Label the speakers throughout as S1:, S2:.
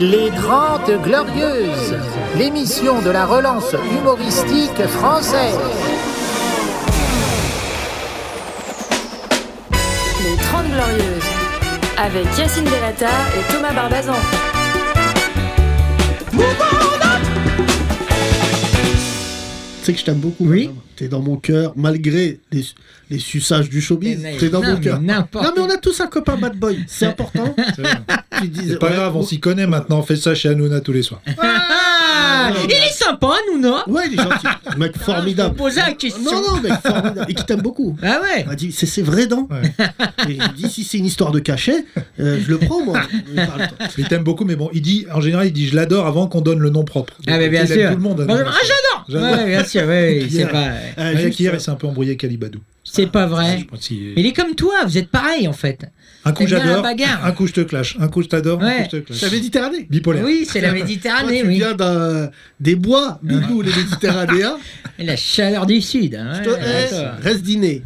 S1: Les Grandes Glorieuses, l'émission de la relance humoristique française.
S2: Les 30 Glorieuses, avec Yacine Delata et Thomas Barbazan.
S3: Tu sais que je t'aime beaucoup.
S4: Oui.
S3: madame. T'es dans mon cœur, malgré les, les suçages du showbiz.
S4: Mais
S3: T'es dans
S4: non,
S3: mon
S4: mais
S3: cœur. Non,
S4: n'importe
S3: mais on a tous un copain bad boy. C'est important. tu dis,
S5: C'est pas
S3: ouais,
S5: grave, on s'y connaît maintenant. On fait ça chez Hanouna tous les soirs.
S4: Ah, il est sympa, Nouna
S3: Ouais, il est gentil. Mec
S4: Je
S3: formidable.
S4: me posais la question.
S3: Non, non, mec formidable. Et qui t'aime beaucoup.
S4: Ah ouais
S3: Il m'a dit, c'est ses vrais dents.
S5: Ouais.
S3: Et il dit, si c'est une histoire de cachet, euh, je le prends, moi. Mais par le temps.
S5: Il t'aime beaucoup, mais bon, il dit, en général, il dit je l'adore avant qu'on donne le nom propre.
S4: Ah mais
S5: Donc,
S4: bien
S5: il aime
S4: sûr.
S5: Tout le monde.
S4: Moi,
S5: Hanouna.
S4: j'aime- ah j'adore.
S5: J'adore.
S4: Ouais, bien sûr, ouais, c'est
S3: Hier.
S4: pas, ouais.
S3: Euh,
S5: Rien
S3: juste,
S5: qu'hier, il s'est un peu embrouillé avec Ali Badou.
S4: c'est pas vrai.
S5: Je pense qu'il-
S4: Il est comme toi, vous êtes pareil en fait.
S5: Un coup
S4: T'aimes bien la
S5: j'adore,
S4: bagarre.
S5: un coup je te clash, un coup je t'adore,
S4: Ouais.
S5: un coup je
S3: c'est
S5: te
S3: euh, la
S5: clash.
S3: Méditerranée.
S5: Bipolaire.
S4: Oui, c'est la
S3: Toi,
S4: Méditerranée,
S3: tu
S4: oui.
S3: viens d'un- des bois, de nous, les Méditerranéens.
S4: Et la chaleur du sud. hein,
S3: Je te
S4: ouais,
S3: hais,
S4: d'accord.
S3: reste dîner.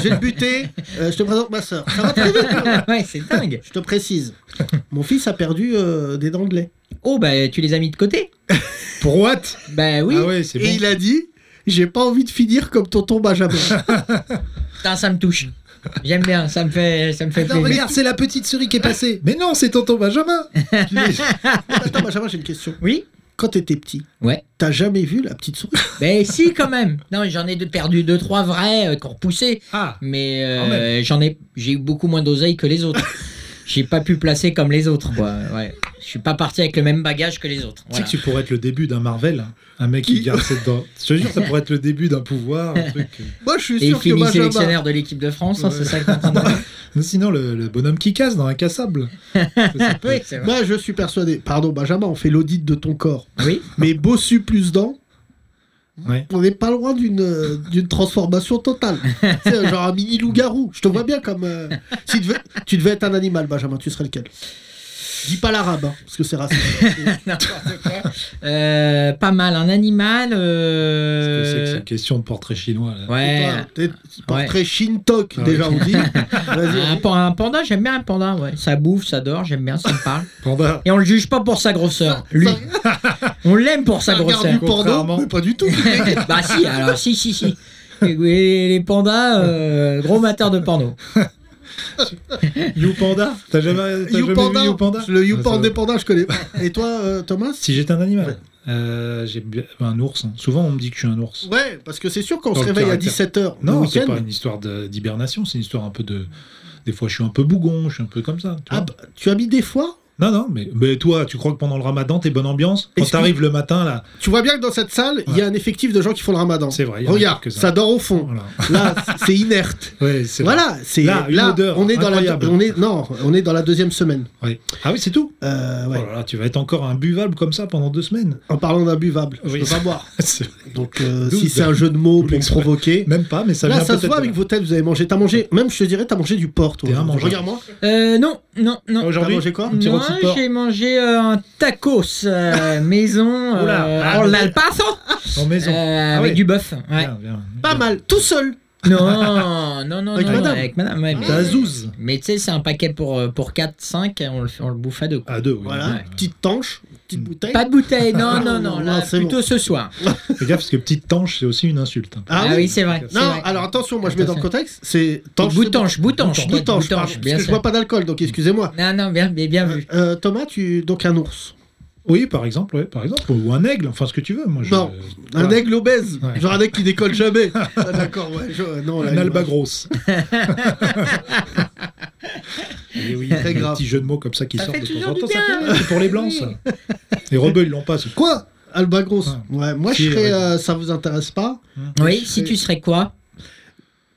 S3: J'ai le buté, euh, je te présente ma soeur. Ça va très vite.
S4: ouais, c'est dingue.
S3: Je te précise, mon fils a perdu euh, des dents de lait.
S4: Oh bah tu les as mis de côté.
S5: Pour what
S4: Bah oui.
S5: Ah ouais, c'est
S3: Et
S5: bon.
S3: il a dit J'ai pas envie de finir comme tonton Benjamin.
S4: Putain, ça me touche. J'aime bien, ça me fait, ça me fait
S5: Non,
S4: plaisir.
S5: regarde, c'est la petite souris qui est passée. Mais non, c'est tonton Benjamin. Tu l'es-
S3: Attends, Benjamin, j'ai une question.
S4: Oui.
S3: Quand t'étais petit,
S4: Ouais.
S3: t'as jamais vu la petite souris
S4: Ben si quand même. Non, j'en ai deux- perdu deux trois vrais euh, qu'on repoussait,
S5: ah,
S4: mais
S5: Quand
S4: euh,
S5: même.
S4: j'en ai, j'ai eu beaucoup moins d'oseille que les autres. J'ai pas pu placer comme les autres, quoi. Ouais. Je suis pas parti avec le même bagage que les autres.
S5: tu sais
S4: Voilà.
S5: que tu pourrais être le début d'un Marvel, hein. un mec qui,
S3: Qui
S5: garde cette dent. Je te jure, ça pourrait être le début d'un pouvoir, un truc. euh.
S3: Moi, je suis
S4: Et il
S3: sûr que
S4: finit
S3: Benjamin.
S4: sélectionneur de l'équipe de France, hein,
S5: Ouais.
S4: c'est ça que t'es en train de dire
S5: Mais Sinon, le, le bonhomme qui casse dans Incassable. Ça,
S4: Oui, c'est vrai.
S3: Moi, Ben, je suis persuadé. Pardon, Benjamin, on fait l'audit de ton corps.
S4: Oui.
S3: Mais bossu plus dents.
S5: Ouais.
S3: On n'est pas loin d'une euh, d'une transformation totale. Tu sais, genre un mini loup-garou. Je te vois bien comme. euh, si tu devais, tu devais être un animal, Benjamin, tu serais lequel Dis pas l'arabe, hein, parce que c'est raciste.
S4: N'importe quoi. Euh, pas mal, un animal. euh,
S5: Parce que c'est que c'est question de portrait chinois. là.
S4: Ouais.
S3: Toi, t'es- Portrait Shintok,
S5: Ah ouais.
S3: déjà on dit. Vas-y.
S4: Un, pan- un panda, j'aime bien un panda, ouais. Ça bouffe, ça dort, j'aime bien, ça me parle.
S5: Panda.
S4: Et on le juge pas pour sa grosseur, lui. On l'aime pour sa
S3: Ça regarde du
S4: grosseur.
S3: porno,
S5: Contrairement.
S3: mais pas du tout.
S4: bah si, alors si, si, si. Et oui, les pandas, euh, gros mateurs de porno.
S5: You Panda. T'as jamais, t'as jamais vu You Panda
S3: Le
S5: Ah, ça-
S3: YouPorn dépendant, je connais pas. Et toi, euh, Thomas
S5: Si j'étais un animal, euh, j'ai bien- un ours. hein. Souvent, on me dit que je suis un ours.
S3: Ouais, parce que c'est sûr qu'on
S5: Dans
S3: se
S5: le
S3: réveille à
S5: caractère.
S3: 17h le
S5: Non, c'est
S3: week-end.
S5: pas une histoire de- d'hibernation, c'est une histoire un peu de. Des fois, je suis un peu bougon, je suis un peu comme ça. tu
S3: Ah,
S5: vois.
S3: bah, tu as mis des fois
S5: Non, non, mais, mais toi, tu crois que pendant le ramadan, t'es bonne ambiance Quand
S3: Excuse-
S5: t'arrives le matin, là,
S3: Tu vois bien que dans cette salle, il y a un effectif de gens qui font le ramadan.
S5: c'est vrai. il y en a
S3: Regarde,
S5: quelques-uns.
S3: ça dort au fond. Là,
S5: Voilà.
S3: c'est inerte.
S5: Ouais, c'est vrai.
S3: Voilà, c'est
S5: Là, une odeur
S3: on est dans
S5: incroyable.
S3: la on est non, on est dans la deuxième semaine.
S5: Ouais. Ah oui, c'est tout
S3: Euh, ouais.
S5: Oh là là, tu vas être encore imbuvable comme ça pendant deux semaines.
S3: En parlant d'imbuvable,
S5: Oui.
S3: je peux pas boire.
S5: C'est-
S3: Donc euh,
S5: Douze.
S3: si c'est un jeu de mots pour me
S5: Exprès.
S3: provoquer,
S5: Même pas, mais ça
S3: là
S5: vient
S3: ça se
S5: peut-être
S3: voit
S5: de
S3: avec
S5: là.
S3: vos têtes, vous avez mangé. T'as mangé, même je te dirais, t'as mangé du porc, toi.
S5: T'es un mangeur.
S3: Regarde-moi.
S4: Euh, non, non, non.
S5: Aujourd'hui,
S3: T'as mangé quoi
S5: un petit
S4: Moi,
S5: rôti de porc.
S4: j'ai mangé euh, un tacos euh, maison
S5: Oula,
S4: euh,
S5: ah,
S4: al
S5: mais-
S4: Alpazo,
S5: En maison.
S4: euh,
S5: Ah
S4: avec
S5: ouais.
S4: du bœuf. ouais.
S5: Viens, viens, viens.
S3: Pas mal, tout seul.
S4: Non, non, non,
S3: Avec
S4: non,
S3: madame.
S4: non, avec madame. ouais, mais-
S5: T'as Zouz.
S4: Mais tu sais, c'est un paquet pour, euh, pour 4, 5, on le, fait- on le bouffe à deux. quoi.
S5: À deux, oui.
S3: Voilà,
S4: Ouais.
S3: petite tanche, petite bouteille.
S4: Pas de bouteille, non, non,
S3: Non,
S4: non,
S3: non,
S4: là,
S3: c'est
S4: plutôt ce soir.
S5: Fais gaffe, parce que petite tanche, c'est aussi une insulte. hein.
S4: Ah, oui, c'est vrai. c'est
S3: Non,
S4: vrai.
S3: alors attention, moi je mets dans le contexte, c'est tanche.
S4: Boutanche, boutanche,
S3: c'est bon. Boutanche,
S4: boutanche,
S3: pardon, parce
S4: bien
S3: que je bois
S4: sûr.
S3: pas d'alcool, donc excusez-moi.
S4: Non, non, bien, bien, bien vu.
S3: Euh, Thomas, tu donc un ours.
S5: Oui, par exemple, ouais, par exemple. Ou un aigle, enfin ce que tu veux. Moi, je...
S3: Non, Un
S5: Voilà.
S3: aigle obèse,
S5: Ouais.
S3: genre un aigle qui décolle jamais. Ah, D'accord, ouais. je- non, là,
S5: Un
S3: il-
S5: albatros. Et Eh oui,
S3: Très
S5: des
S3: grave.
S5: petits jeux de mots comme ça qui
S4: Ça
S5: sortent
S4: fait
S5: de temps
S4: toujours
S5: en
S4: du
S5: temps.
S4: bien.
S5: Ça fait rire, c'est pour les blancs, ça. Les rebeux, ils l'ont pas. ce-
S3: Quoi Albagros
S5: Ouais.
S3: Ouais, moi je
S5: Si,
S3: serais.
S5: ouais.
S3: euh, ça vous intéresse pas
S4: Oui, si tu serais quoi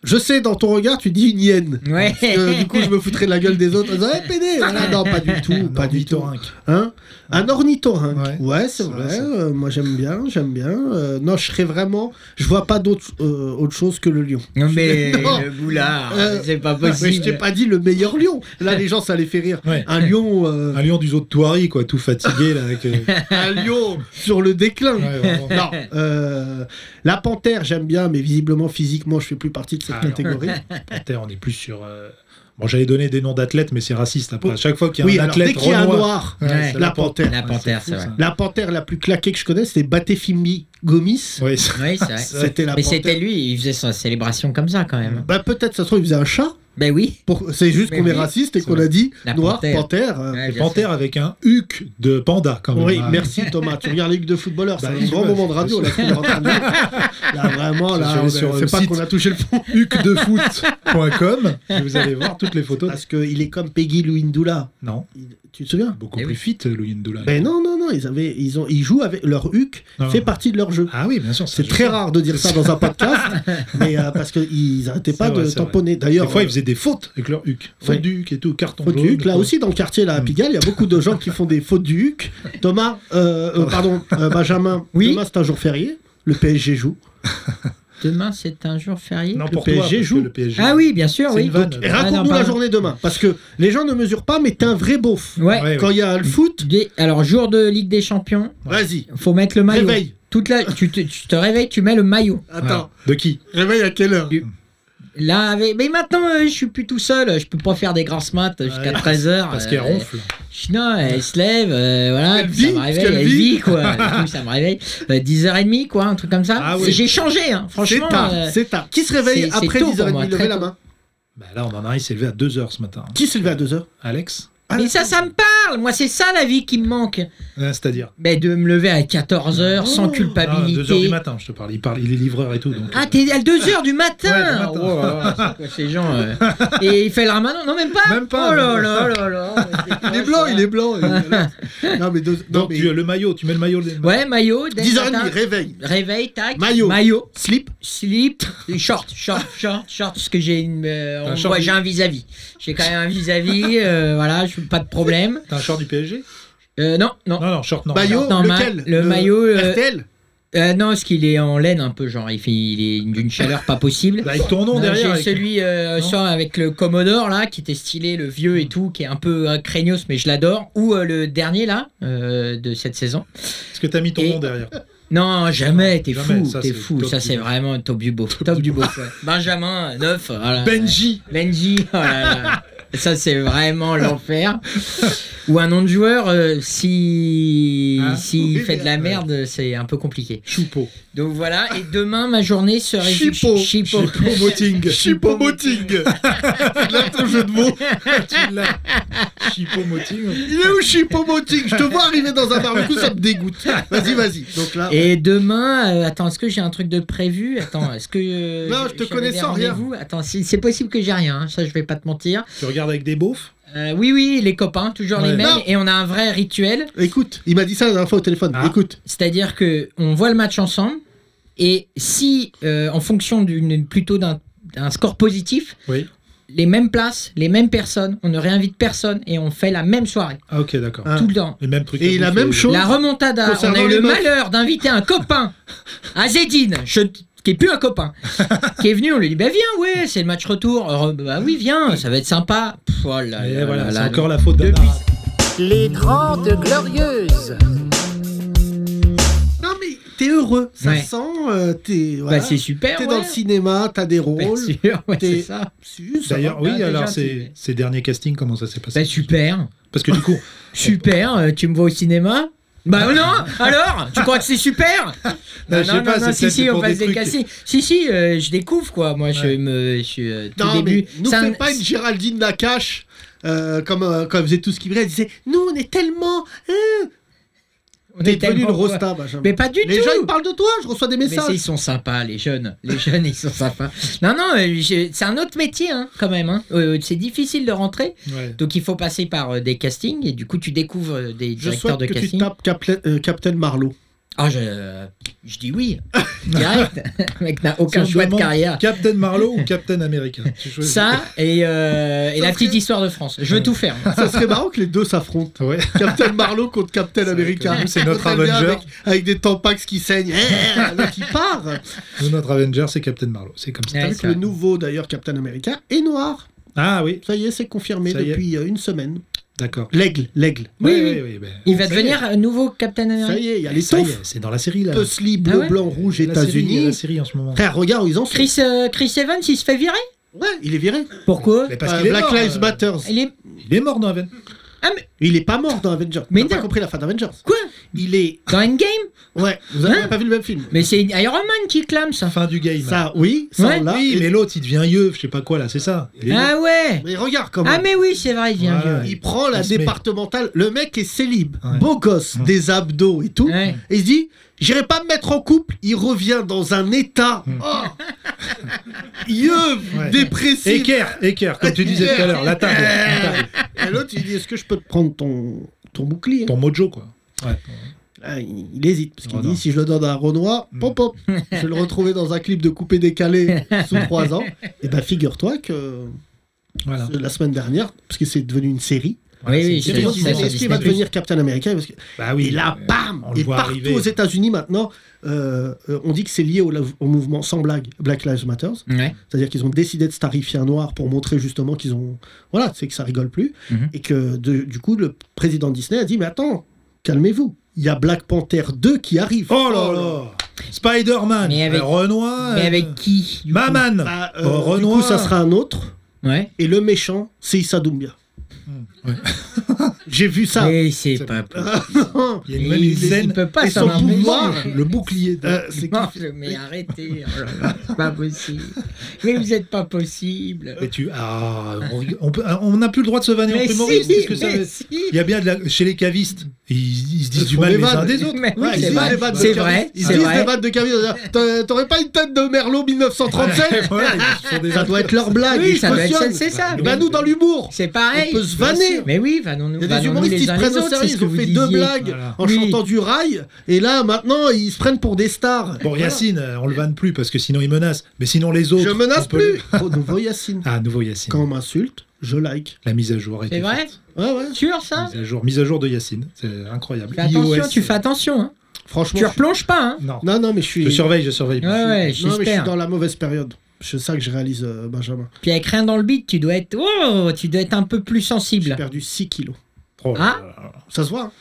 S3: Je sais, dans ton regard, tu dis une hyène.
S4: Ouais.
S3: Parce que, du coup, je me foutrais de la gueule des autres. en disant, Eh, pédé Voilà, Non, pas du tout,
S5: Un
S3: pas du tout.
S5: ornithorynque.
S3: Hein un ornithorynque. Ouais,
S5: Ouais.
S3: c'est
S5: C'est
S3: vrai.
S5: vrai, ça.
S3: euh, moi, j'aime bien, j'aime bien. Euh, non, je serais vraiment. Je vois pas d'autre euh, autre chose que le lion.
S4: Non, mais
S3: Non.
S4: le boulard,
S3: Euh,
S4: c'est pas
S3: Mais je t'ai
S4: possible.
S3: pas dit le meilleur lion. Là, les gens, ça les fait rire.
S5: Ouais.
S3: Un lion, euh,
S5: Un lion du zoo de Touari, quoi, tout fatigué, là, avec... euh,
S3: un lion sur le déclin.
S5: ouais, vraiment.
S3: Non, euh, la panthère, j'aime bien, mais visiblement, physiquement, je fais plus partie de cette
S5: Ah,
S3: catégorie.
S5: Panthère, on est plus sur euh, Bon, j'allais donner des noms d'athlètes, mais c'est raciste après. À chaque fois qu'il y a
S3: oui,
S5: un
S3: alors,
S5: athlète
S3: dès qu'il y a un
S5: renois-
S3: noir,
S5: Ouais,
S4: Ouais.
S5: c'est
S3: la panthère.
S4: La panthère, c'est
S5: fou,
S4: vrai.
S5: ça.
S3: La panthère la plus claquée que je connais, c'était Batefimbi Gomis.
S5: Oui, c'est-
S4: Oui, c'est vrai.
S3: C'était la
S4: Mais
S3: panthère.
S4: c'était lui, il faisait sa célébration comme ça quand même.
S3: Bah, peut-être, ça se trouve, il faisait un chat.
S4: Ben oui.
S3: Pour- C'est juste
S4: Mais
S3: qu'on est
S4: oui,
S3: raciste et
S5: c'est
S3: qu'on
S5: vrai.
S3: a dit
S4: La
S3: noir,
S4: panthère.
S3: panthère. euh,
S4: Ouais, bien
S5: panthère avec un huc de panda quand même.
S3: Oui,
S5: Ah,
S3: merci Thomas. Tu regardes les ligues de footballeurs,
S5: Bah,
S3: c'est un
S5: je
S3: grand
S5: vois,
S3: moment de radio là. ce qu'on est en train de dire. Là, vraiment,
S5: Je
S3: Oh là,
S5: suis allé
S3: on
S5: sur
S3: sur
S5: le
S3: fait pas
S5: site.
S3: qu'on a touché le fond.
S5: hucdefoot.com et vous allez voir toutes les photos.
S3: Parce qu'il est comme Peggy Louindoula.
S5: Non,
S3: Il- Tu te souviens
S5: beaucoup
S4: Eh
S5: plus
S4: oui.
S5: fit, Louis Ndoula.
S3: Ben non, non, non. Ils avaient, ils ont, ils jouent avec leur huc.
S5: Ah.
S3: Fait partie de leur jeu.
S5: Ah oui, bien sûr. ça,
S3: C'est
S5: je
S3: très
S5: sais.
S3: rare de dire ça dans un podcast, mais euh, parce qu'ils n'arrêtaient pas
S5: C'est vrai,
S3: de
S5: c'est vrai.
S3: tamponner. D'ailleurs,
S5: Des fois,
S3: euh,
S5: ils faisaient des fautes avec leur huc. Faute
S3: Ouais.
S5: du huc et tout, carton
S3: faute du
S5: jaune,
S3: huc, là
S5: quoi.
S3: aussi dans le quartier là à Pigalle, il y a beaucoup de gens qui font des fautes du huc. Thomas, euh, euh, pardon, euh, Benjamin,
S4: Oui.
S3: demain c'est un jour férié. Le PSG joue.
S4: sûr. Demain, c'est un jour férié.
S5: Non,
S3: Le
S5: pour
S3: PSG
S5: toi, parce que
S3: joue.
S5: Le PSG.
S4: Ah oui, bien sûr,
S5: C'est
S4: oui.
S5: une vanne.
S3: Et
S4: Ah, non,
S3: raconte-nous la
S4: pardon.
S3: journée demain, parce que les gens ne mesurent pas, mais t'es un vrai beauf.
S4: Ouais.
S5: Ouais,
S3: Quand il y a le foot,
S4: Des- Alors, jour de Ligue des Champions,
S3: vas-y,
S4: faut mettre le maillot.
S3: réveille.
S4: Toute la... tu, te... tu te réveilles, tu mets le maillot.
S3: Attends,
S5: De qui
S3: réveille à quelle heure
S4: Là, avec- mais maintenant, euh, je suis plus tout seul. Je peux pas faire des grasses maths jusqu'à
S5: Ouais,
S3: Ah,
S4: 13h.
S5: Parce
S3: euh,
S5: qu'elle ronfle.
S4: Non, elle se lève, euh, voilà,
S3: Elle
S4: puis
S3: vit,
S4: ça me
S3: parce
S4: réveille,
S3: qu'elle
S4: elle
S3: vit.
S4: vit, quoi. Du coup, ça me réveille. Euh, 10h30, quoi, un truc comme ça.
S5: Ah oui.
S4: C'est- J'ai changé, hein,
S3: C'est
S4: franchement.
S3: tard,
S4: euh,
S3: c'est tard. Qui se réveille
S4: c'est- c'est
S3: après
S4: tôt pour moi,
S3: 10h30
S4: très
S3: Levez la
S4: tôt.
S3: main.
S5: Bah là, on en a, il s'est levé à 2h ce matin.
S3: Qui s'est levé à 2h
S5: Alex
S4: mais ça, ça me parle. Moi, c'est ça la vie qui me manque.
S5: Euh, C'est-à-dire
S4: Ben, de me lever à 14h sans
S3: Oh,
S5: Ah, 2h
S4: culpabilité.
S5: du matin, je te parle. Il, parle, il est livreur et tout. Donc,
S4: Ah, t'es à 2h du matin,
S5: Ouais, du matin.
S4: Oh là là, c'est quoi ces gens euh. Et il fait le ramadan Non, même pas
S5: Même pas,
S4: Oh là
S5: même
S4: là là là
S3: Il est blanc, il est blanc. non, mais deux- non,
S5: Donc,
S3: mais-
S5: tu as le maillot, tu mets le maillot. le-
S4: Ouais, maillot, dès le
S3: 10h30,
S4: matin.
S3: réveil.
S4: Réveil, tac.
S3: Maillot.
S4: Maillot.
S3: Slip.
S4: Slip, short, short, short, short, parce que j'ai une, euh,
S5: Un
S4: on
S5: short
S4: voit,
S5: du-
S4: j'ai un vis-à-vis. J'ai quand même un vis-à-vis, euh, voilà, je pas de problème.
S5: T'as un short du PSG
S4: Euh, non, non,
S5: Non, non, short non.
S3: Maillot,
S4: Attends, ma-
S3: lequel
S4: le maillot, euh,
S3: RTL
S4: Euh, non, parce qu'il est en laine un peu, genre, il, fait- il est d'une chaleur pas possible.
S5: Bah, avec ton nom
S4: Non,
S5: derrière.
S4: j'ai
S5: avec-
S4: celui euh,
S5: Non. Mm.
S4: soit avec le Commodore là qui était stylé le vieux et tout qui est un peu euh, craignos mais je l'adore ou euh, le dernier là euh, de cette saison
S5: Est-ce que t'as mis ton
S4: Et- Ah,
S5: nom derrière
S4: non jamais t'es
S5: Jamais,
S4: fou
S5: ça,
S4: t'es
S5: c'est
S4: fou
S5: top
S4: ça
S5: du
S4: c'est
S5: beau.
S4: vraiment top du beau top du beau ouais. Benjamin euh, 9 voilà.
S5: Benji
S4: Benji, oh là là. ça c'est vraiment l'enfer. Ou un nom de joueur, euh, si
S5: Ah,
S3: oui,
S4: s'il fait de la
S5: ouais.
S4: merde, c'est un peu compliqué.
S5: Choupo.
S4: Donc voilà, et demain ma journée se résume.
S3: Chipo.
S4: Chipo.
S5: Moting.
S3: Chipo Moting. Là, ton jeu de mots.
S5: Tu l'as. Chipo Moting.
S3: Il est où Chipo Moting Je te vois arriver dans un barbecue, ça me dégoûte. Vas-y, vas-y. Donc là,
S4: Et demain, euh, attends, est-ce que j'ai un truc de prévu Attends, est-ce que. euh,
S3: Non, je te
S4: j'avais
S3: connais
S4: des
S3: sans rien.
S4: rendez-vous Attends, si- c'est possible que j'ai rien, hein, ça je vais pas te mentir.
S5: Tu regardes avec des beaufs
S4: Euh, oui, oui, les copains, toujours les
S5: Ouais.
S4: mêmes,
S3: Non.
S4: et on a un vrai rituel.
S3: écoute, il m'a dit ça la dernière fois au téléphone.
S5: Ah.
S3: Écoute,
S4: C'est-à-dire que on voit le match ensemble et si, euh, en fonction d'une plutôt d'un d'un score positif,
S5: Oui.
S4: les mêmes places, les mêmes personnes, on ne réinvite personne et on fait la même soirée
S5: Ah, ok, d'accord.
S3: Ah.
S4: tout le temps.
S5: Les mêmes trucs.
S3: Et
S5: à
S3: la
S5: bouffer,
S3: même
S5: les-
S3: chose.
S4: La remontada, on
S3: Concernant
S4: a eu
S3: les
S4: le
S3: meufs.
S4: malheur d'inviter un copain, Azedine, je, qui est plus un copain, qui est venu, on lui dit bah viens, ouais, c'est le match retour, Euh, bah oui viens, ça va être sympa. Pff, oh là là
S5: Ah, Et
S4: là
S5: voilà, c'est
S4: là.
S5: encore la faute
S4: Depuis-
S5: d'Anna.
S1: Les Grandes Glorieuses.
S3: non mais t'es heureux. Ça
S4: Ouais.
S3: sent, euh, t'es
S4: Bah,
S3: voilà.
S4: c'est super.
S3: T'es dans
S4: ouais.
S3: le cinéma, t'as des
S4: Bien
S3: rôles.
S4: sûr, ouais,
S3: t'es-
S4: c'est ça.
S3: Si, ça
S5: D'ailleurs,
S4: va,
S5: oui,
S4: t'es
S5: alors
S4: gentil,
S5: ces,
S4: mais-
S5: ces derniers castings, comment ça s'est passé
S4: Bah super.
S5: Parce que du coup,
S4: Super, euh, tu me vois au cinéma bah non Alors Tu crois que c'est super
S5: Bah, je sais pas, c'est
S4: si
S5: peut-être
S4: si, on
S5: pour
S4: passe
S5: des
S4: des
S5: trucs.
S4: castings. Si si, euh, je découvre quoi, moi je
S5: Ouais.
S4: me, je suis euh,
S3: va.
S4: tout
S3: Non
S4: début.
S3: mais nous
S4: Ça-
S3: fais pas une Géraldine Nakache. euh, comme, euh, comme faisait tout ce qui brillait, elle disait Nous on est tellement.
S4: on
S3: T'es
S4: est
S3: devenu le
S4: tellement-
S3: rosta, Benjamin.
S4: Mais pas du
S3: Les
S4: tout.
S3: gens ils parlent de toi, je reçois des
S4: mais c'est- ils
S3: messages.
S4: sont sympas, les jeunes. Les jeunes, ils sont sympas. Non, non, euh, j'ai- c'est un autre métier, hein, quand même. hein. Euh, c'est difficile de rentrer.
S5: ouais.
S4: Donc, il faut passer par euh, des castings. Et du coup, tu découvres euh, des
S3: Je
S4: directeurs
S3: souhaite
S4: de
S3: que tu
S4: casting.
S3: tapes Capla- euh, Captain Marlowe.
S4: Ah, je, je dis oui. Direct. Le mec n'a aucun
S5: Si on
S4: choix de
S5: demande
S4: carrière.
S5: Captain Marlowe ou Captain America Tu choisis.
S4: Ça et, euh, et la
S3: Sauf
S4: petite
S3: que-
S4: histoire de France. Je veux
S5: Ouais.
S4: tout faire. moi.
S3: Ça serait marrant que les deux s'affrontent.
S5: Ouais.
S3: Captain Marlowe contre Captain
S5: vrai
S3: America.
S5: que nous, c'est notre
S3: Très bien,
S5: Avenger.
S3: Avec, avec des tampax qui saignent. Eh, L'autre il part.
S5: Nous, notre Avenger, c'est Captain Marlowe. C'est comme ça.
S4: Ouais,
S3: Avec
S4: c'est
S3: le
S4: vrai.
S3: nouveau d'ailleurs Captain America est noir.
S5: Ah oui,
S3: Ça y est, c'est confirmé
S5: Ça y est.
S3: depuis euh, une semaine.
S5: d'accord.
S3: L'aigle, l'aigle.
S4: Oui,
S5: Ouais,
S4: oui.
S5: ouais, ouais, ben,
S4: Il va
S5: ça y
S4: devenir un nouveau Captain
S3: Ça
S4: America.
S3: y est, il y a
S5: est.
S3: les
S5: Ça y est,
S3: taufs.
S5: c'est dans la série là.
S3: Pusley, bleu,
S4: Ah ouais
S3: blanc, rouge,
S5: La série, il y a La
S3: États-Unis.
S5: série en ce moment.
S3: Frère, regarde où ils en sont.
S4: Chris, euh, Chris Evans, il se fait virer
S3: Ouais, il est viré.
S4: Pourquoi
S5: Mais parce
S3: Euh,
S5: qu'il est
S3: Black
S5: mort,
S3: Lives
S5: euh,
S3: Matter.
S4: Il est-
S5: Il est mort dans Aven.
S3: Il est pas mort dans Avengers. Mais
S4: Mais
S3: t'as pas
S4: non.
S3: compris la fin d'Avengers.
S4: Quoi
S3: Il est.
S4: Dans Endgame
S3: Ouais, vous avez
S4: Hein
S3: pas vu le même film.
S4: Mais c'est Iron Man qui clame ça.
S5: Fin du game.
S3: Ça, oui, ça
S4: Ouais.
S3: on l'a.
S5: oui,
S3: Et-
S5: mais l'autre, il devient yeux, je sais pas quoi là, c'est ça. Il est
S4: Ah ouais
S3: Mais regarde comment.
S4: Ah mais oui, c'est vrai, il vient
S5: Voilà.
S4: vieux.
S3: Il prend la
S5: Il se met.
S3: départementale. Le mec est célib,
S5: Ouais.
S3: beau gosse, des abdos et tout.
S4: Ouais.
S3: Et il se dit, j'irai pas me mettre en couple. Il revient dans un état. Oh Yeux,
S5: Hmm. Ouais.
S3: dépressif.
S5: Équerre, équerre, comme tu disais tout à l'heure, la table. La table.
S3: Et l'autre, il dit Est-ce que je peux te prendre ton, ton bouclier
S5: Ton mojo, quoi. Ouais.
S3: Là, il, il hésite, parce qu'il
S5: Renoir.
S3: dit Si je le donne à Renoir,
S5: Hmm.
S3: pop pop Je vais le retrouver dans un clip de coupé décalé sous 3 ans. Et bah, figure-toi que euh,
S5: Voilà.
S3: la semaine dernière, parce que c'est devenu une série,
S4: Oui, oui,
S5: c'est
S4: c'est
S3: les gens disaient
S4: c'est-
S3: Est-ce qu'il va
S4: c'est-
S3: devenir Captain America Parce que-
S5: Bah
S3: Et là, bam
S5: on le
S3: Et
S5: voit
S3: partout
S5: arriver.
S3: aux États-Unis maintenant, euh, euh, on dit que c'est lié au, au mouvement sans blague Black Lives Matter.
S4: Ouais.
S3: C'est-à-dire qu'ils ont décidé de starifier un noir pour montrer justement qu'ils ont. Voilà, c'est que ça rigole plus.
S4: Mhm.
S3: Et que de- du coup, le président Disney a dit Mais attends, calmez-vous. Il y a Black Panther 2 qui arrive.
S5: Oh là là Spider-Man,
S4: Mais avec-
S5: euh, Renoir,
S4: Mais
S5: euh,
S4: avec qui du coup
S5: Maman,
S3: Bah, euh,
S5: euh,
S3: du
S5: Renoir.
S3: coup, ça sera un autre.
S4: Ouais.
S3: Et le méchant, c'est Issa Doumbia.
S5: ouais.
S3: J'ai vu ça. Ah,
S4: Mais c'est pas
S5: Il y a une même
S4: Il
S5: une
S4: il
S5: scène.
S4: peut pas
S3: et
S4: s'en
S3: son pouvoir,
S4: empêcher.
S3: le bouclier. de- Euh, c'est
S4: Non, mais arrêtez, oh là là, c'est pas possible. Mais vous êtes pas possible.
S5: Mais tu... ah, on rig- on peut- on n'a plus le droit de se vanner
S4: Mais
S5: entre
S4: si,
S5: humoristes. qu'est-ce que ça
S4: mais
S5: veut-
S4: si.
S5: Il y a bien de la... chez les cavistes, ils, ils se disent du
S3: font
S5: mal
S3: des
S5: les uns
S3: vannes.
S5: des autres.
S4: Mais oui,
S3: Ouais, ils
S4: c'est
S3: disent
S4: vrai,
S3: des vannes de
S4: c'est
S3: Camus.
S4: vrai,
S3: Ils
S4: c'est
S3: disent
S4: vrai.
S3: des vannes de Camus. T'as- T'aurais pas une tête de Merlot 1937
S5: Ouais, ils se font des
S3: Ça doit être leur blague.
S4: Oui,
S3: ils
S4: ça doit être
S3: cautionnent.
S4: ça, c'est ça.
S3: Eh ben, nous, dans l'humour,
S4: C'est pareil.
S3: on peut se vanner.
S4: Mais oui, vannons-nous.
S3: Il y a des
S4: vannons-nous
S3: humoristes
S4: Bah les
S3: qui se
S4: uns
S3: prennent
S4: les
S3: au
S4: autres,
S3: sérieux,
S4: c'est ce
S3: ils
S4: que
S3: ont
S4: vous
S3: fait deux
S4: disiez.
S3: blagues
S5: Voilà.
S3: en
S4: Oui.
S3: chantant du rail, et là maintenant ils se prennent pour des stars.
S5: Bon, Yacine, euh, on le vanne plus parce que sinon il menace. Mais sinon les autres.
S3: je
S5: on
S3: menace
S5: peut le-
S3: plus.
S4: Oh,
S3: Au nouveau Yacine.
S5: Ah, nouveau Yacine.
S3: Quand on m'insulte, je like.
S5: La mise à jour. a été
S4: C'est vrai
S5: faite.
S3: Ouais, ouais.
S4: Sûr, ça
S5: Mise à jour, mise à jour de Yacine. C'est incroyable.
S4: Fais attention,
S5: iOS.
S4: tu fais attention. hein.
S3: Franchement.
S4: Tu
S3: je suis-
S4: replonges pas. hein.
S5: Non.
S3: Non, non, mais je suis.
S5: Je surveille, je surveille.
S4: Ouais, ouais,
S3: non, mais je suis
S4: j'espère.
S3: dans la mauvaise période. C'est ça que je réalise, euh, Benjamin.
S4: Puis avec rien dans le beat, tu dois être, oh, tu dois être un peu plus
S3: J'ai
S4: sensible. hein,
S3: perdu 6 kilos.
S5: Oh là
S4: Ah.
S5: là là là.
S3: Ça se voit. hein.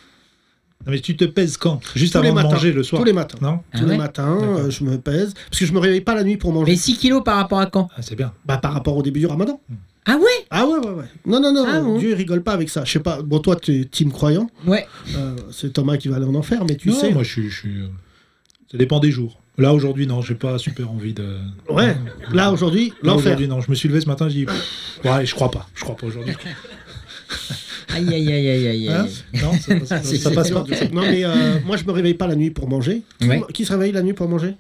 S5: Non, mais tu te pèses quand Juste
S3: Tous les
S5: avant de
S3: matins.
S5: manger le soir.
S3: Tous les matins.
S5: Non
S4: Ah
S3: Tous les
S4: ouais
S3: matins,
S5: D'accord.
S3: euh, je me pèse. Parce que je me réveille pas la nuit pour manger.
S4: Mais 6 kilos par rapport à quand
S5: Ah, c'est bien.
S3: Bah, par rapport au début du ramadan.
S4: Ah ouais
S3: Ah ouais, ouais, ouais. Non, non, non.
S4: Ah bon
S3: Dieu, il rigole pas avec ça. Je sais pas. Bon, toi, t'es team croyant.
S4: Ouais.
S3: Euh, c'est Thomas qui va aller en enfer, mais tu
S5: non,
S3: sais.
S5: moi je suis, je suis, euh, Ça dépend des jours. Là aujourd'hui, non, j'ai pas super envie de.
S3: Ouais. Là, aujourd'hui,
S5: Là
S3: l'enfer.
S5: aujourd'hui, non. Je me suis levé ce matin, j'ai dit. Ouais, je crois pas. Je crois pas aujourd'hui.
S4: Aïe, aïe, aïe, aïe, aïe.
S5: Hein
S4: aïe.
S5: non, ça passe,
S4: C'est-
S5: ça passe
S4: c'est-
S5: pas.
S3: Non, mais euh, moi, je me réveille pas la nuit pour manger. Qui,
S4: Ouais.
S3: qui se réveille la nuit pour manger